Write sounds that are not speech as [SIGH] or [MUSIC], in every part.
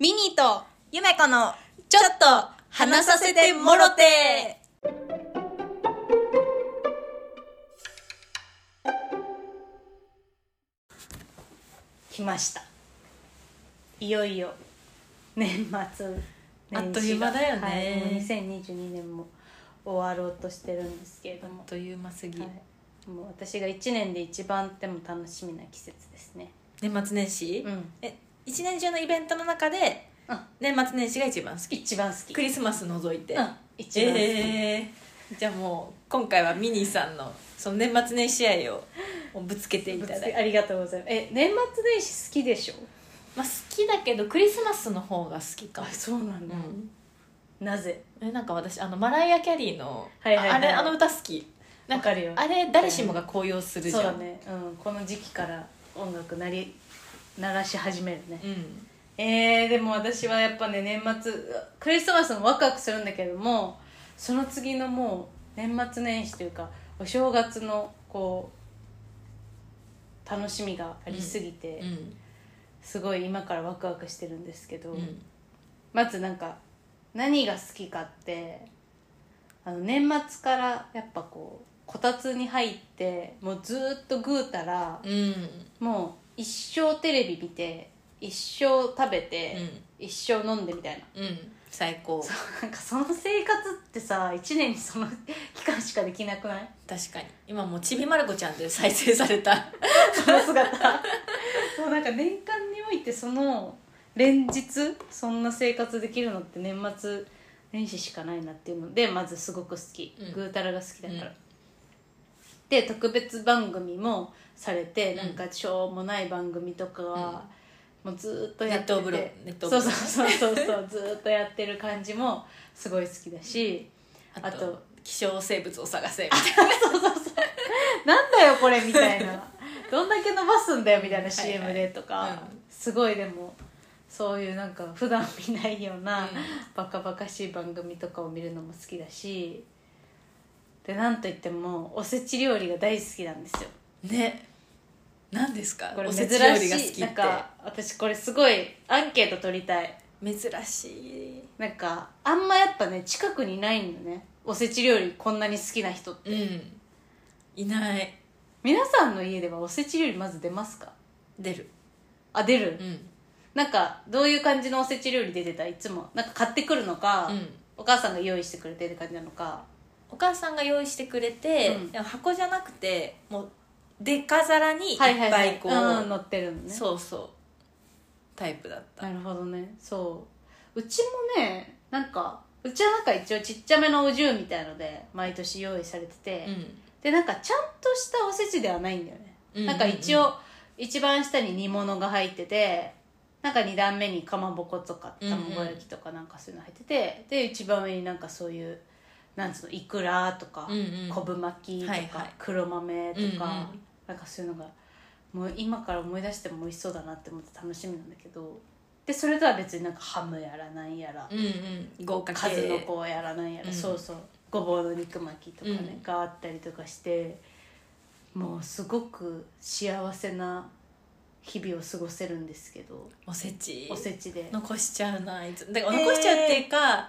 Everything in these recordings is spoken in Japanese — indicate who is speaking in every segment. Speaker 1: ミニーと
Speaker 2: ゆめこの
Speaker 1: ちょっと話させてもろて
Speaker 2: 来ましたいよいよ年末年始が
Speaker 1: あっという間だよね
Speaker 2: はい、もう2022年も終わろうとしてるんですけれども
Speaker 1: あっという間すぎ、
Speaker 2: はい、もう私が1年で一番でも楽しみな季節ですね
Speaker 1: 年末年始、
Speaker 2: うん
Speaker 1: え一年中のイベントの中で
Speaker 2: うん
Speaker 1: 年末年始が一番好き
Speaker 2: 一番好き
Speaker 1: クリスマス除いて、
Speaker 2: うん一番好き、
Speaker 1: えー、じゃあもう今回はミニーさんのその年末年始愛をぶつけていただいて、
Speaker 2: ありがとうございますえ年末年始好きでしょ
Speaker 1: まあ、好きだけどクリスマスの方が好きかも、
Speaker 2: そうなん
Speaker 1: うん
Speaker 2: なぜ
Speaker 1: えなんか私あのマライア・キャリーの、
Speaker 2: はいはいはい
Speaker 1: あれあの歌好きなん
Speaker 2: わかるよ
Speaker 1: あれ誰しもが高揚するじゃ
Speaker 2: そ
Speaker 1: ん
Speaker 2: うだね、うん、この時期から音楽なり鳴らし始めるね、
Speaker 1: うん
Speaker 2: えー、でも私はやっぱね年末クリスマスもワクワクするんだけどもその次のもう年末年始というかお正月のこう楽しみがありすぎて、
Speaker 1: うん
Speaker 2: すごい今からワクワクしてるんですけど、
Speaker 1: うん
Speaker 2: まずなんか何が好きかってあの年末からやっぱこうこたつに入ってもうずーっとぐうたら、
Speaker 1: うん
Speaker 2: もう一生テレビ見て一生食べて、一生飲んでみたいな
Speaker 1: うん最高
Speaker 2: なんかその生活ってさ1年にその期間しかできなくない
Speaker 1: 確かに今もうちびまる子ちゃんで再生され
Speaker 2: [LAUGHS]
Speaker 1: た
Speaker 2: その姿そうなんか年間においてその連日そんな生活できるのって年末年始しかないなっていうのでまずすごく好き、
Speaker 1: うん
Speaker 2: ぐうたらが好きだから、
Speaker 1: うん
Speaker 2: で特別番組もされて、
Speaker 1: ん
Speaker 2: なんかしょうもない番組とかは、もうずーっとやってて
Speaker 1: 熱湯風呂熱湯風
Speaker 2: そ
Speaker 1: 呂
Speaker 2: うそうそうそうそうずーっとやってる感じもすごい好きだし、
Speaker 1: あと
Speaker 2: あと
Speaker 1: 希少生物を探せみたい
Speaker 2: なんだよこれみたい
Speaker 1: [LAUGHS]
Speaker 2: などんだけ伸ばすんだよみたいな CM
Speaker 1: はいは
Speaker 2: で
Speaker 1: い
Speaker 2: とか、
Speaker 1: うん
Speaker 2: すごいでもそういうなんか普段見ないような、
Speaker 1: うん
Speaker 2: バカバカしい番組とかを見るのも好きだしでなんといってもおせち料理が大好きなんですよ
Speaker 1: なね何ですか
Speaker 2: これ
Speaker 1: お
Speaker 2: 珍
Speaker 1: せ
Speaker 2: し
Speaker 1: ち
Speaker 2: い
Speaker 1: 料理が好き
Speaker 2: なんか私これすごいアンケート取りたい
Speaker 1: って珍しい
Speaker 2: なんかあんまやっぱね近くにないんよねおせち料理こんなに好きな人って
Speaker 1: うんいない
Speaker 2: 皆さんの家ではおせち料理まず出ますか
Speaker 1: 出る
Speaker 2: あ出る、
Speaker 1: うん
Speaker 2: なんかどういう感じのおせち料理出てたいつもなんか買ってくるのか、
Speaker 1: うん
Speaker 2: お母さんが用意してくれてる感じなのか
Speaker 1: お母さんが用意してくれて、
Speaker 2: うん
Speaker 1: でも箱じゃなくてもうでか皿にいっ
Speaker 2: はいはいは
Speaker 1: ぱ
Speaker 2: い
Speaker 1: いこう、
Speaker 2: うん乗ってるのね
Speaker 1: そうそうタイプだった
Speaker 2: なるほどねそううちもねなんかうちはなんか一応ちっちゃめのお重みたいので毎年用意されてて、
Speaker 1: う
Speaker 2: でなんかちゃんとしたおせちではないんだよね、
Speaker 1: ん
Speaker 2: なんか一応一番下に煮物が入っててなんか2段目にかまぼことか
Speaker 1: うんうん
Speaker 2: 卵焼きとかなんかそういうの入ってて、で一番上になんかそういうなんつうのいくらとか、
Speaker 1: うんうん
Speaker 2: 昆布巻きとか、
Speaker 1: はいはい
Speaker 2: 黒豆とか、
Speaker 1: うんうん
Speaker 2: なんかそういうのがもう今から思い出しても美味しそうだなって思って楽しみなんだけどでそれとは別になんかハムやらなんやら、
Speaker 1: うんうん豪華系
Speaker 2: 数の子やらなんやら、
Speaker 1: うん
Speaker 2: そうそうごぼうの肉巻きとかね、
Speaker 1: うん
Speaker 2: があったりとかしてもうすごく幸せな日々を過ごせるんですけど
Speaker 1: おせち
Speaker 2: おせちで
Speaker 1: 残しちゃうないつだから残しちゃうっていうか、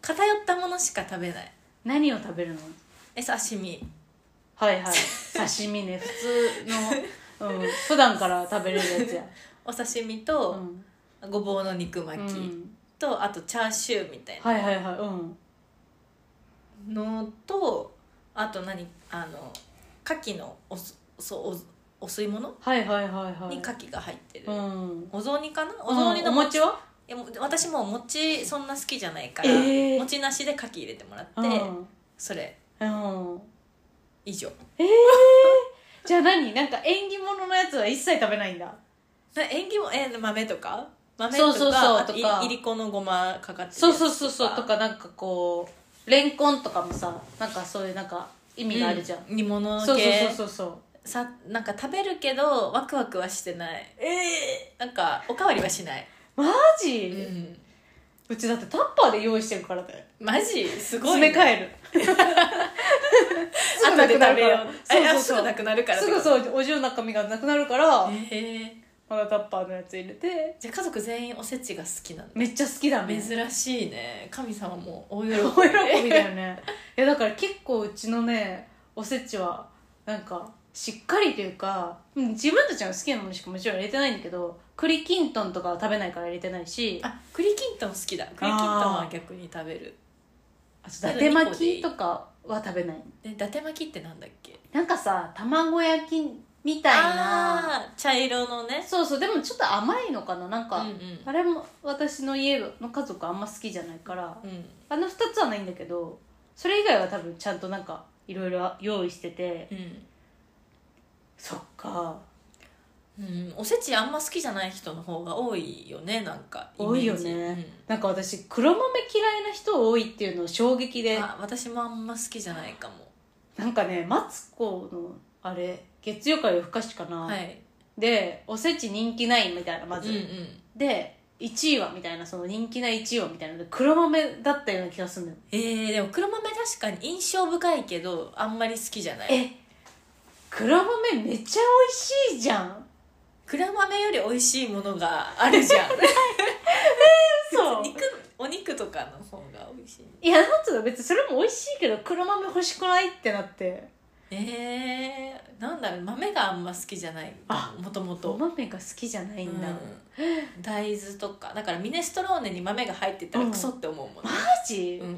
Speaker 1: 偏ったものしか食べない
Speaker 2: 何を食べるの
Speaker 1: え刺身
Speaker 2: はいはい [LAUGHS] 刺身ね普通
Speaker 1: [LAUGHS]
Speaker 2: の、うん、普段から食べれるやつや、
Speaker 1: お刺身
Speaker 2: う
Speaker 1: と、
Speaker 2: ん
Speaker 1: ごぼうの肉
Speaker 2: う
Speaker 1: 巻き、
Speaker 2: ん、
Speaker 1: とあとチャーシューみたい
Speaker 2: はいはいはいうん
Speaker 1: なのとあと何あの牡蠣のおすそうおお吸い物
Speaker 2: はいはいはいはい
Speaker 1: に牡蠣が入ってる、
Speaker 2: うん
Speaker 1: お雑煮かなお雑煮の
Speaker 2: お餅は、
Speaker 1: いやもう私もう餅そんな好きじゃないから、
Speaker 2: えー
Speaker 1: 餅なしで牡蠣入れてもらって、
Speaker 2: うん
Speaker 1: それ
Speaker 2: うん、
Speaker 1: 以上
Speaker 2: [LAUGHS] じゃあ何なんか縁起物のやつは一切食べないんだ
Speaker 1: な縁起もえ豆とか豆とか
Speaker 2: そうそうそう
Speaker 1: あとい
Speaker 2: とか
Speaker 1: いりこのごまかかって
Speaker 2: そうそうそうそうと
Speaker 1: か
Speaker 2: かなんかこうレンコンとかもさなんかそういうなんか意味があるじゃん、
Speaker 1: うん煮物系
Speaker 2: そうそうそうそうそう
Speaker 1: さなんか食べるけどワクワクはしてない
Speaker 2: ええ
Speaker 1: なんかおかわりはしない、
Speaker 2: マジ
Speaker 1: う、ん、
Speaker 2: うちだってタッパーで用意してるからだよ
Speaker 1: マジすごい
Speaker 2: 詰め替え
Speaker 1: [LAUGHS]
Speaker 2: るすぐな
Speaker 1: 後で
Speaker 2: くなる
Speaker 1: 食べ
Speaker 2: か
Speaker 1: よ
Speaker 2: ら
Speaker 1: う
Speaker 2: そう
Speaker 1: あ
Speaker 2: そう
Speaker 1: す
Speaker 2: そう
Speaker 1: ぐなくなるから
Speaker 2: すぐ
Speaker 1: う
Speaker 2: そうお重の中身がなくなるから
Speaker 1: へえ
Speaker 2: まだタッパーのやつ入れて
Speaker 1: じゃあ家族全員おせちが好きなんだ
Speaker 2: めっちゃ好きだね
Speaker 1: 珍しいね神様も大喜び
Speaker 2: 大喜びだよねいやだから結構うちのねおせちはなんかしっかりというかうん自分たちの好きなものしかもちろん入れてないんだけど栗きんとんとかは食べないから入れてないしあ
Speaker 1: あ栗きんとん好きだ栗きんとんは逆に食べる
Speaker 2: と伊達巻きとかは食べない
Speaker 1: で伊達巻きってなんだっけ
Speaker 2: なんかさ卵焼きみたいな
Speaker 1: あー茶色のね
Speaker 2: そうそうでもちょっと甘いのかななんか、
Speaker 1: うんうん
Speaker 2: あれも私の家の家族あんま好きじゃないから
Speaker 1: うん
Speaker 2: あの2つはないんだけどそれ以外は多分ちゃんとなんかいろいろ用意してて
Speaker 1: うん
Speaker 2: そっか
Speaker 1: うん、おせちあんま好きじゃない人の方が多いよねなんかイメー
Speaker 2: 多い
Speaker 1: ジ
Speaker 2: よね、なんか私黒豆嫌いな人多いっていうの衝撃
Speaker 1: う
Speaker 2: で
Speaker 1: んあ私もあんま好きじゃないかも
Speaker 2: なんかねマツコのあれ月曜か夜更かしかな、
Speaker 1: はい
Speaker 2: でおせち人気ないみたいなまず、
Speaker 1: うんうん
Speaker 2: で1位はみたいなその人気ない1位はみたいなので黒豆だったような気がするのよ
Speaker 1: えー、でも黒豆確かに印象深いけどあんまり好きじゃない
Speaker 2: え黒豆めっちゃ美味しいじゃん
Speaker 1: 黒豆より美味しいものがあるじゃん
Speaker 2: そう
Speaker 1: [LAUGHS] 肉お肉とかの方が美味しい
Speaker 2: いやなんつうの別にそれも美味しいけど黒豆欲しくないってなって
Speaker 1: えー、なんだろう豆があんま好きじゃない
Speaker 2: あ
Speaker 1: もとも
Speaker 2: お
Speaker 1: と
Speaker 2: 豆が好きじゃないんだ、マ
Speaker 1: 大豆とかだからミネストローネに豆が入ってたら
Speaker 2: うん
Speaker 1: クソって思うもんね、
Speaker 2: ジ、
Speaker 1: うん
Speaker 2: い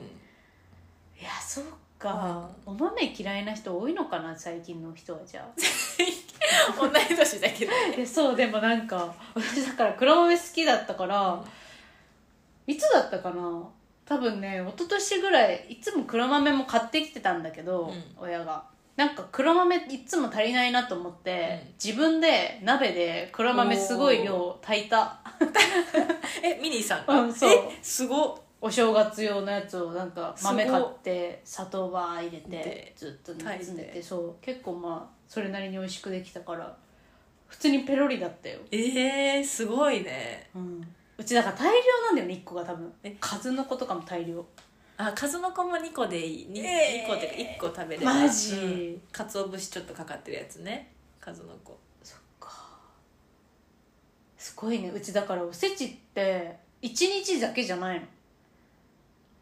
Speaker 2: やそうか、お豆嫌いな人多いのかな最近の人はじゃあ
Speaker 1: 同い年だけど
Speaker 2: [LAUGHS] でそうでもなんか私だから黒豆好きだったからいつだったかな多分ね一昨年ぐらいいつも黒豆も買ってきてたんだけど、
Speaker 1: う
Speaker 2: 親がなんか黒豆いつも足りないなと思って、
Speaker 1: うん
Speaker 2: 自分で鍋で黒豆すごい量炊いた
Speaker 1: えミニーさんが、
Speaker 2: うんそう
Speaker 1: えすご
Speaker 2: お正月用のやつをなんか
Speaker 1: すごい
Speaker 2: 豆買って砂糖ばー入れて
Speaker 1: で
Speaker 2: ずっと煮
Speaker 1: 炊いて
Speaker 2: 詰めてそう結構まあそれなりに美味しくできたから普通にペロリだったよ、
Speaker 1: えー、すごいね
Speaker 2: うん、うちだから大量なんだよね1個が多分
Speaker 1: え
Speaker 2: 数の子とかも大量
Speaker 1: あ数の子も2個でいい 2,、
Speaker 2: えー
Speaker 1: 二個っていうか1個食べれば
Speaker 2: マジ、
Speaker 1: うん鰹節ちょっとかかってるやつね数の子
Speaker 2: そっかすごいねうちだからおせちって1日だけじゃないの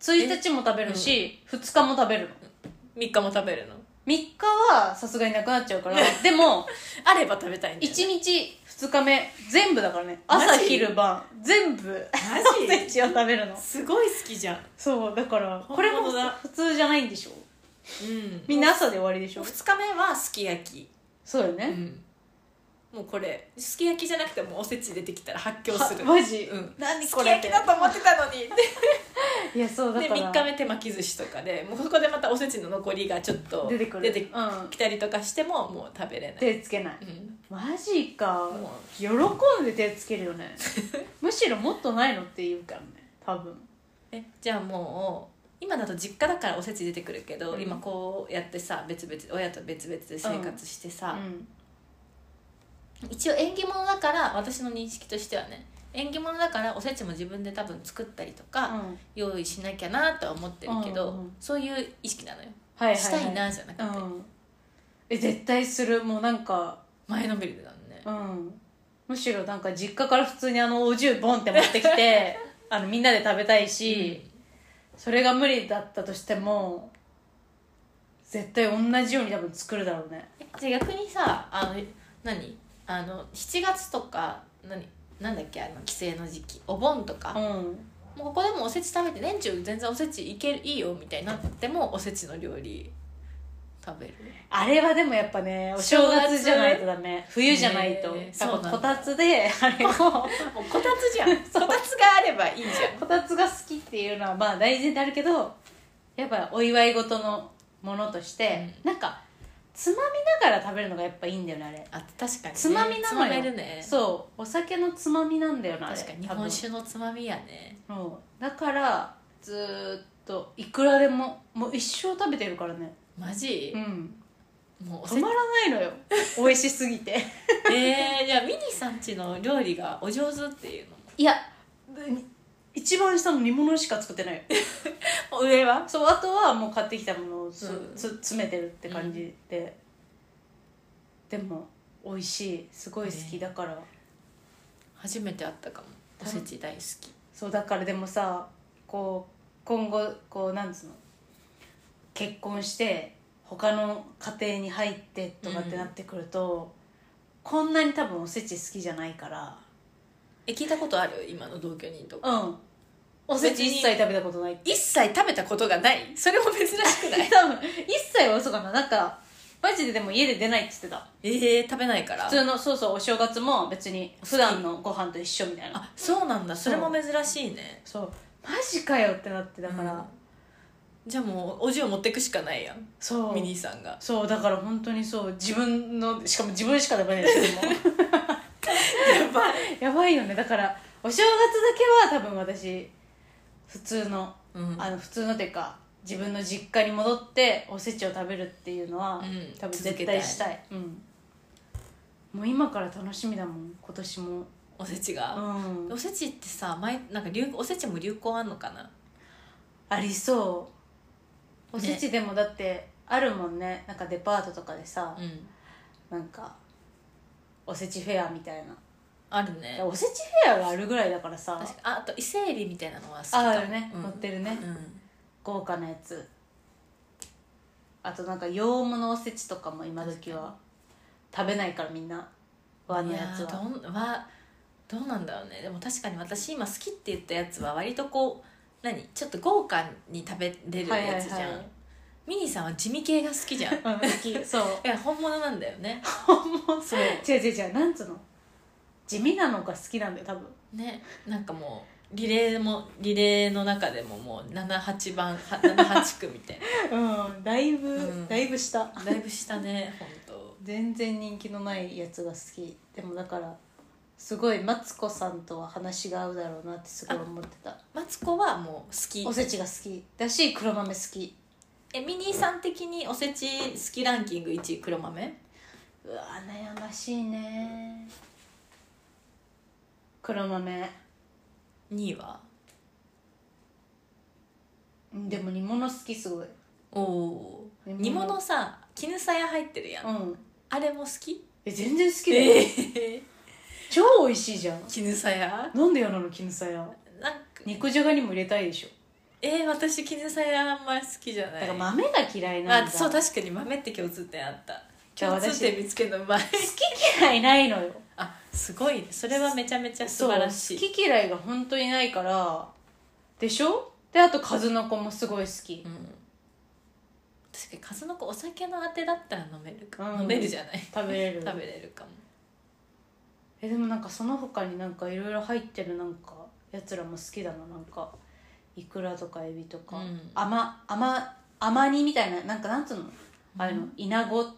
Speaker 2: 1日も食べるし、2日も食べるの
Speaker 1: 3日も食べるの
Speaker 2: 3日はさすがになくなっちゃうからでも
Speaker 1: あれば食べたいんだよ、
Speaker 2: 1
Speaker 1: ね、
Speaker 2: 日2日目全部だからね
Speaker 1: マジ
Speaker 2: 朝昼晩全部 [LAUGHS] お
Speaker 1: マ
Speaker 2: せちを食べるの
Speaker 1: すごい好きじゃん
Speaker 2: そうだからこれも
Speaker 1: 本当だ
Speaker 2: 普通じゃないんでしょ
Speaker 1: うん
Speaker 2: みんな朝で終わりでしょ
Speaker 1: 2日目はすき焼き、
Speaker 2: そうよ
Speaker 1: う
Speaker 2: ね、
Speaker 1: ん、もうこれすき焼きじゃなくてもうおせち出てきたら発狂する
Speaker 2: はマジ、
Speaker 1: うん
Speaker 2: 何
Speaker 1: す
Speaker 2: こ
Speaker 1: き
Speaker 2: れ
Speaker 1: 焼きだと思ってた
Speaker 2: [LAUGHS]
Speaker 1: のに
Speaker 2: いやそうだ
Speaker 1: で
Speaker 2: から
Speaker 1: 3日目手巻き寿司とかでもうここでまたおせちの残りがちょっと
Speaker 2: 出てくるうん
Speaker 1: きたりとかしてももう食べれない、
Speaker 2: 手つけない
Speaker 1: うん、
Speaker 2: マジか
Speaker 1: もう
Speaker 2: 喜んで手つけるよ [LAUGHS] ねむしろもっとないのって言うからね多分
Speaker 1: えじゃあもう今だと実家だからおせち出てくるけど、
Speaker 2: うん
Speaker 1: 今こうやってさ別々親と別々で生活してさ、一応縁起物だから私の認識としてはね縁起物だからおせちも自分で多分作ったりとか、
Speaker 2: うん、うん
Speaker 1: 用意しなきゃなとは思ってるけど、
Speaker 2: うんうん
Speaker 1: そういう意識なのよ、
Speaker 2: はいはい、はい、
Speaker 1: したいなじゃなくて、
Speaker 2: うんえ絶対するもうなんか
Speaker 1: 前のめりだもんね、
Speaker 2: うんむしろなんか実家から普通にあのお重ボンって持ってき [LAUGHS] てあのみんなで食べたいし、それが無理だったとしても絶対同じように多分作るだろうね
Speaker 1: じゃあ逆にさあの何あの7月とか何なんだっけあの帰省の時期お盆とか、
Speaker 2: うん
Speaker 1: もうここでもおせち食べて年中全然おせちいけるいいよみたいになってもおせちの料理食べる
Speaker 2: あれはでもやっぱねお正月じゃないとダメ冬じゃないと、
Speaker 1: ねえ
Speaker 2: だから
Speaker 1: そうなんだ
Speaker 2: こたつであ [LAUGHS] れをこ
Speaker 1: もうこたつじ [LAUGHS] ゃんこたつがあればいいじゃん
Speaker 2: たつが好きっていうのはまあ大事になるけどやっぱお祝い事のものとして、なんかつまみながら食べるのがやっぱいいんだよねあれ
Speaker 1: あ確かにね、
Speaker 2: つまみなのよ
Speaker 1: つまめるね
Speaker 2: そうお酒のつまみなんだよなあれ
Speaker 1: 確かに日本酒のつまみやね
Speaker 2: 多分もうだからずーっといくらでももう一生食べてるからね
Speaker 1: マジ
Speaker 2: う、ん
Speaker 1: もうおせ
Speaker 2: 止まらないのよ美味しすぎて
Speaker 1: [LAUGHS] えー、じゃあミニさんちの料理がお上手っていう
Speaker 2: いや一番下の煮物しか作ってないよ
Speaker 1: の上は
Speaker 2: そうあとはもう買ってきたものをつ、
Speaker 1: うん
Speaker 2: つ詰めてるって感じで、でも美味しいすごい好き、
Speaker 1: ね
Speaker 2: だから
Speaker 1: 初めて会ったかもおせち大好き
Speaker 2: そうだからでもさこう今後こうなんつうの結婚して他の家庭に入ってとかってなってくると、こんなに多分おせち好きじゃないから
Speaker 1: え聞いたことある今の同居人とか
Speaker 2: うんおせち一切食べたことない
Speaker 1: 一切食べたことがないそれも珍しくない
Speaker 2: 多分一切は嘘かななんかマジででも家で出ないって言ってた
Speaker 1: [LAUGHS] ええ食べないから
Speaker 2: 普通のそうそうお正月も別に普段のご飯と一緒みたいな
Speaker 1: あそうなんだそれも珍しいね
Speaker 2: そうマジかよってなってだから、
Speaker 1: うんじゃあもうおじを持ってくしかないやん
Speaker 2: そう
Speaker 1: ミニーさんが
Speaker 2: そうだから本当にそう自分のしかも自分しか
Speaker 1: [LAUGHS]
Speaker 2: 食べないですも
Speaker 1: やばい
Speaker 2: やばいよねだからお正月だけは多分私普通の、
Speaker 1: うん
Speaker 2: あの普通のっていうか自分の実家に戻っておせちを食べるっていうのは、
Speaker 1: うん
Speaker 2: 多分
Speaker 1: 続
Speaker 2: 絶
Speaker 1: けたい
Speaker 2: 対したいうん、もう今から楽しみだもん今年も
Speaker 1: おせちが、
Speaker 2: うん
Speaker 1: おせちってさ前なんか流おせちも流行あんのかな
Speaker 2: ありそうおせちでもだってあるもんねなんかデパートとかでさ、
Speaker 1: うん
Speaker 2: なんかおせちフェアみたいな
Speaker 1: あるね
Speaker 2: おせちフェアがあるぐらいだからさ
Speaker 1: 確かああと伊勢エビみたいなのは好きかも
Speaker 2: ああるね、
Speaker 1: うん
Speaker 2: 乗ってるね、
Speaker 1: うん
Speaker 2: 豪華なやつあとなんか洋物おせちとかも今時は食べないからみんな和のやつ
Speaker 1: い
Speaker 2: は
Speaker 1: やーどんはどうなんだろうねでも確かに私今好きって言ったやつは割とこう何ちょっと豪華に食べれるやつじゃん、
Speaker 2: はいはいはい
Speaker 1: ミニさんは地味系が好きじゃんい
Speaker 2: うん好
Speaker 1: [LAUGHS]
Speaker 2: きそう
Speaker 1: や本物なんだよねそう
Speaker 2: 違う違う違うなんつうの地味なのが好きなんだよ多分
Speaker 1: ねなんかもうリレーもリレーの中でももう78番は78区みたい
Speaker 2: うんだいぶ、
Speaker 1: うん
Speaker 2: だいぶ下 [LAUGHS]
Speaker 1: なだいぶしたね本当
Speaker 2: 全然人気のないやつが好きでもだからすごいマツコさんとは話が合うだろうなってすごい思ってた
Speaker 1: マツコはもう好き
Speaker 2: おせちが好きだし黒豆好き
Speaker 1: えミニーさん的におせち好きランキング1位黒豆
Speaker 2: うわ悩ましいね黒豆
Speaker 1: 2位は
Speaker 2: うんでも煮物好きすごい
Speaker 1: おお
Speaker 2: 煮物
Speaker 1: 煮物さ絹さや入ってるやん、
Speaker 2: うん
Speaker 1: あれも好き
Speaker 2: え全然好きだよ、
Speaker 1: え
Speaker 2: 超美味しいじゃん
Speaker 1: 絹さや
Speaker 2: なんで嫌なの絹さや
Speaker 1: なんか
Speaker 2: 肉じゃがにも入れたいでしょ
Speaker 1: えー、私絹さやあんまり好きじゃな
Speaker 2: だ
Speaker 1: い
Speaker 2: から豆が嫌いなんだ
Speaker 1: あそう確かに豆って共通点あった
Speaker 2: じゃあ
Speaker 1: 共
Speaker 2: 私
Speaker 1: 通点見つけるのうまい
Speaker 2: 嫌いないのよ
Speaker 1: あすごいねそれはめちゃめちゃ素晴らしい
Speaker 2: そう好き嫌いが本当にないからでしょであと数の子もすごい好き
Speaker 1: うん、確かに数の子お酒のあてだったら飲めるか、
Speaker 2: うん
Speaker 1: 飲めるじゃない
Speaker 2: 食べれる
Speaker 1: 食べれるかも
Speaker 2: えでもなんかその他になんかいろいろ入ってるなんかやつらも好きだななんかイクラとかエビとか、
Speaker 1: うん
Speaker 2: 甘甘甘煮みたいななんかなんつうの、あのイナゴって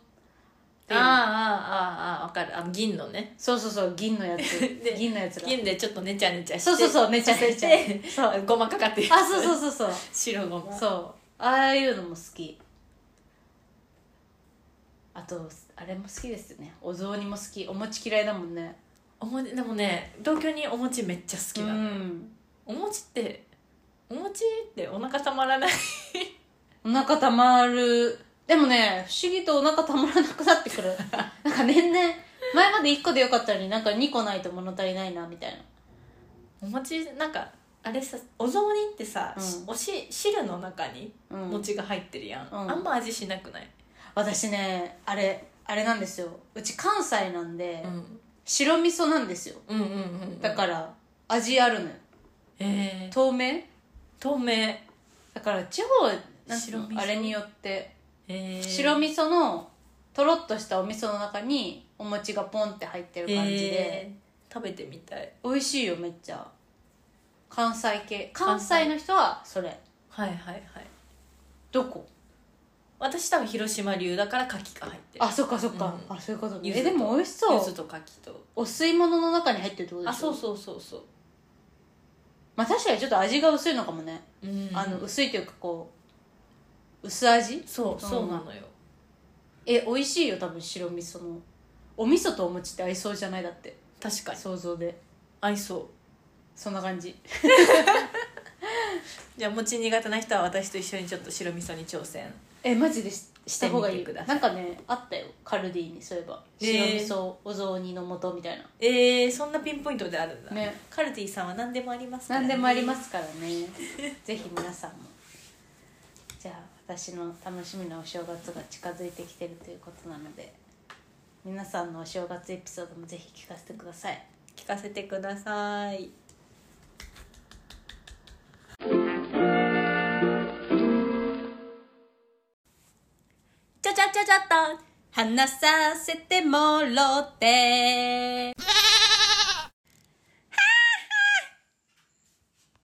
Speaker 1: あ
Speaker 2: いう
Speaker 1: あ
Speaker 2: の
Speaker 1: ああああわかるあの銀のね
Speaker 2: そうそうそう銀のやつ
Speaker 1: で
Speaker 2: 銀のやつが
Speaker 1: 銀でちょっとねちゃねちゃして
Speaker 2: そうそうそうめちゃめちゃ
Speaker 1: させて
Speaker 2: そう
Speaker 1: [LAUGHS] ごまかかってる
Speaker 2: あそうそうそうそう
Speaker 1: 白ごま
Speaker 2: そうああいうのも好きあとあれも好きですよねお雑煮も好きお餅嫌いだもんね
Speaker 1: おもでもね同居にお餅めっちゃ好きな
Speaker 2: う
Speaker 1: の、
Speaker 2: ん
Speaker 1: お餅ってお餅ってお腹たまらない [LAUGHS]
Speaker 2: お腹たまるでもね不思議とお腹たまらなくなってく
Speaker 1: [LAUGHS]
Speaker 2: るなんか年々前まで1個でよかったのになんか2個ないと物足りないなみたいな
Speaker 1: お餅なんかあれさお雑煮ってさ、
Speaker 2: うん
Speaker 1: しおし汁の中に
Speaker 2: うん
Speaker 1: 餅が入ってるやん、
Speaker 2: うん
Speaker 1: あんま味しなくない、
Speaker 2: 私ねあれあれなんですようち関西なんで、
Speaker 1: うん、
Speaker 2: 白味噌なんですよ
Speaker 1: うんうんうん
Speaker 2: だから味あるのよ
Speaker 1: えー、
Speaker 2: 透明
Speaker 1: 透明
Speaker 2: だから地方なんていう
Speaker 1: 白味
Speaker 2: の
Speaker 1: 噌
Speaker 2: あれによって
Speaker 1: えー、
Speaker 2: 白味噌のとろっとしたお味噌の中にお餅がポンって入ってる感じで、
Speaker 1: えー食べてみたい
Speaker 2: 美味しいよめっちゃ関西系関西の人はそれ
Speaker 1: はいはいはい
Speaker 2: どこ
Speaker 1: 私多分広島流だから牡蠣が入ってる
Speaker 2: あそっかそっか、
Speaker 1: うん
Speaker 2: あそういうことね
Speaker 1: 柚子
Speaker 2: え
Speaker 1: と
Speaker 2: でも美味しそ
Speaker 1: 柚子
Speaker 2: う
Speaker 1: と牡蠣と
Speaker 2: お吸い物の中に入ってるってことでしょ
Speaker 1: あそうそうそうそう
Speaker 2: まあ確かにちょっと味が薄いのかもね、
Speaker 1: うん
Speaker 2: あの薄いというかこう薄味
Speaker 1: そう、
Speaker 2: ん
Speaker 1: そうなのよ
Speaker 2: え美味しいよ多分白味噌のお味噌とお餅って合いそうじゃないだって
Speaker 1: 確かに
Speaker 2: 想像で
Speaker 1: 合いそう
Speaker 2: そんな感じ
Speaker 1: じゃあ餅苦手な人は私と一緒にちょっと白味噌に挑戦
Speaker 2: えマジでしした方がい
Speaker 1: してみ
Speaker 2: い
Speaker 1: てください
Speaker 2: なんかねあったよカルディにそういえば
Speaker 1: へ
Speaker 2: 白
Speaker 1: ー
Speaker 2: 味噌お雑煮の素みたいな
Speaker 1: えー、そんなピンポイントであるんだ、
Speaker 2: ね
Speaker 1: カルティさんは何でもありますから、
Speaker 2: 何でもあります
Speaker 1: [LAUGHS]
Speaker 2: からねぜひ皆さんもじゃあ私の楽しみなお正月が近づいてきてるということなので皆さんのお正月エピソードもぜひ聞かせてください
Speaker 1: 聞かせてください
Speaker 2: ちゃちゃちゃちゃっと話させてもろって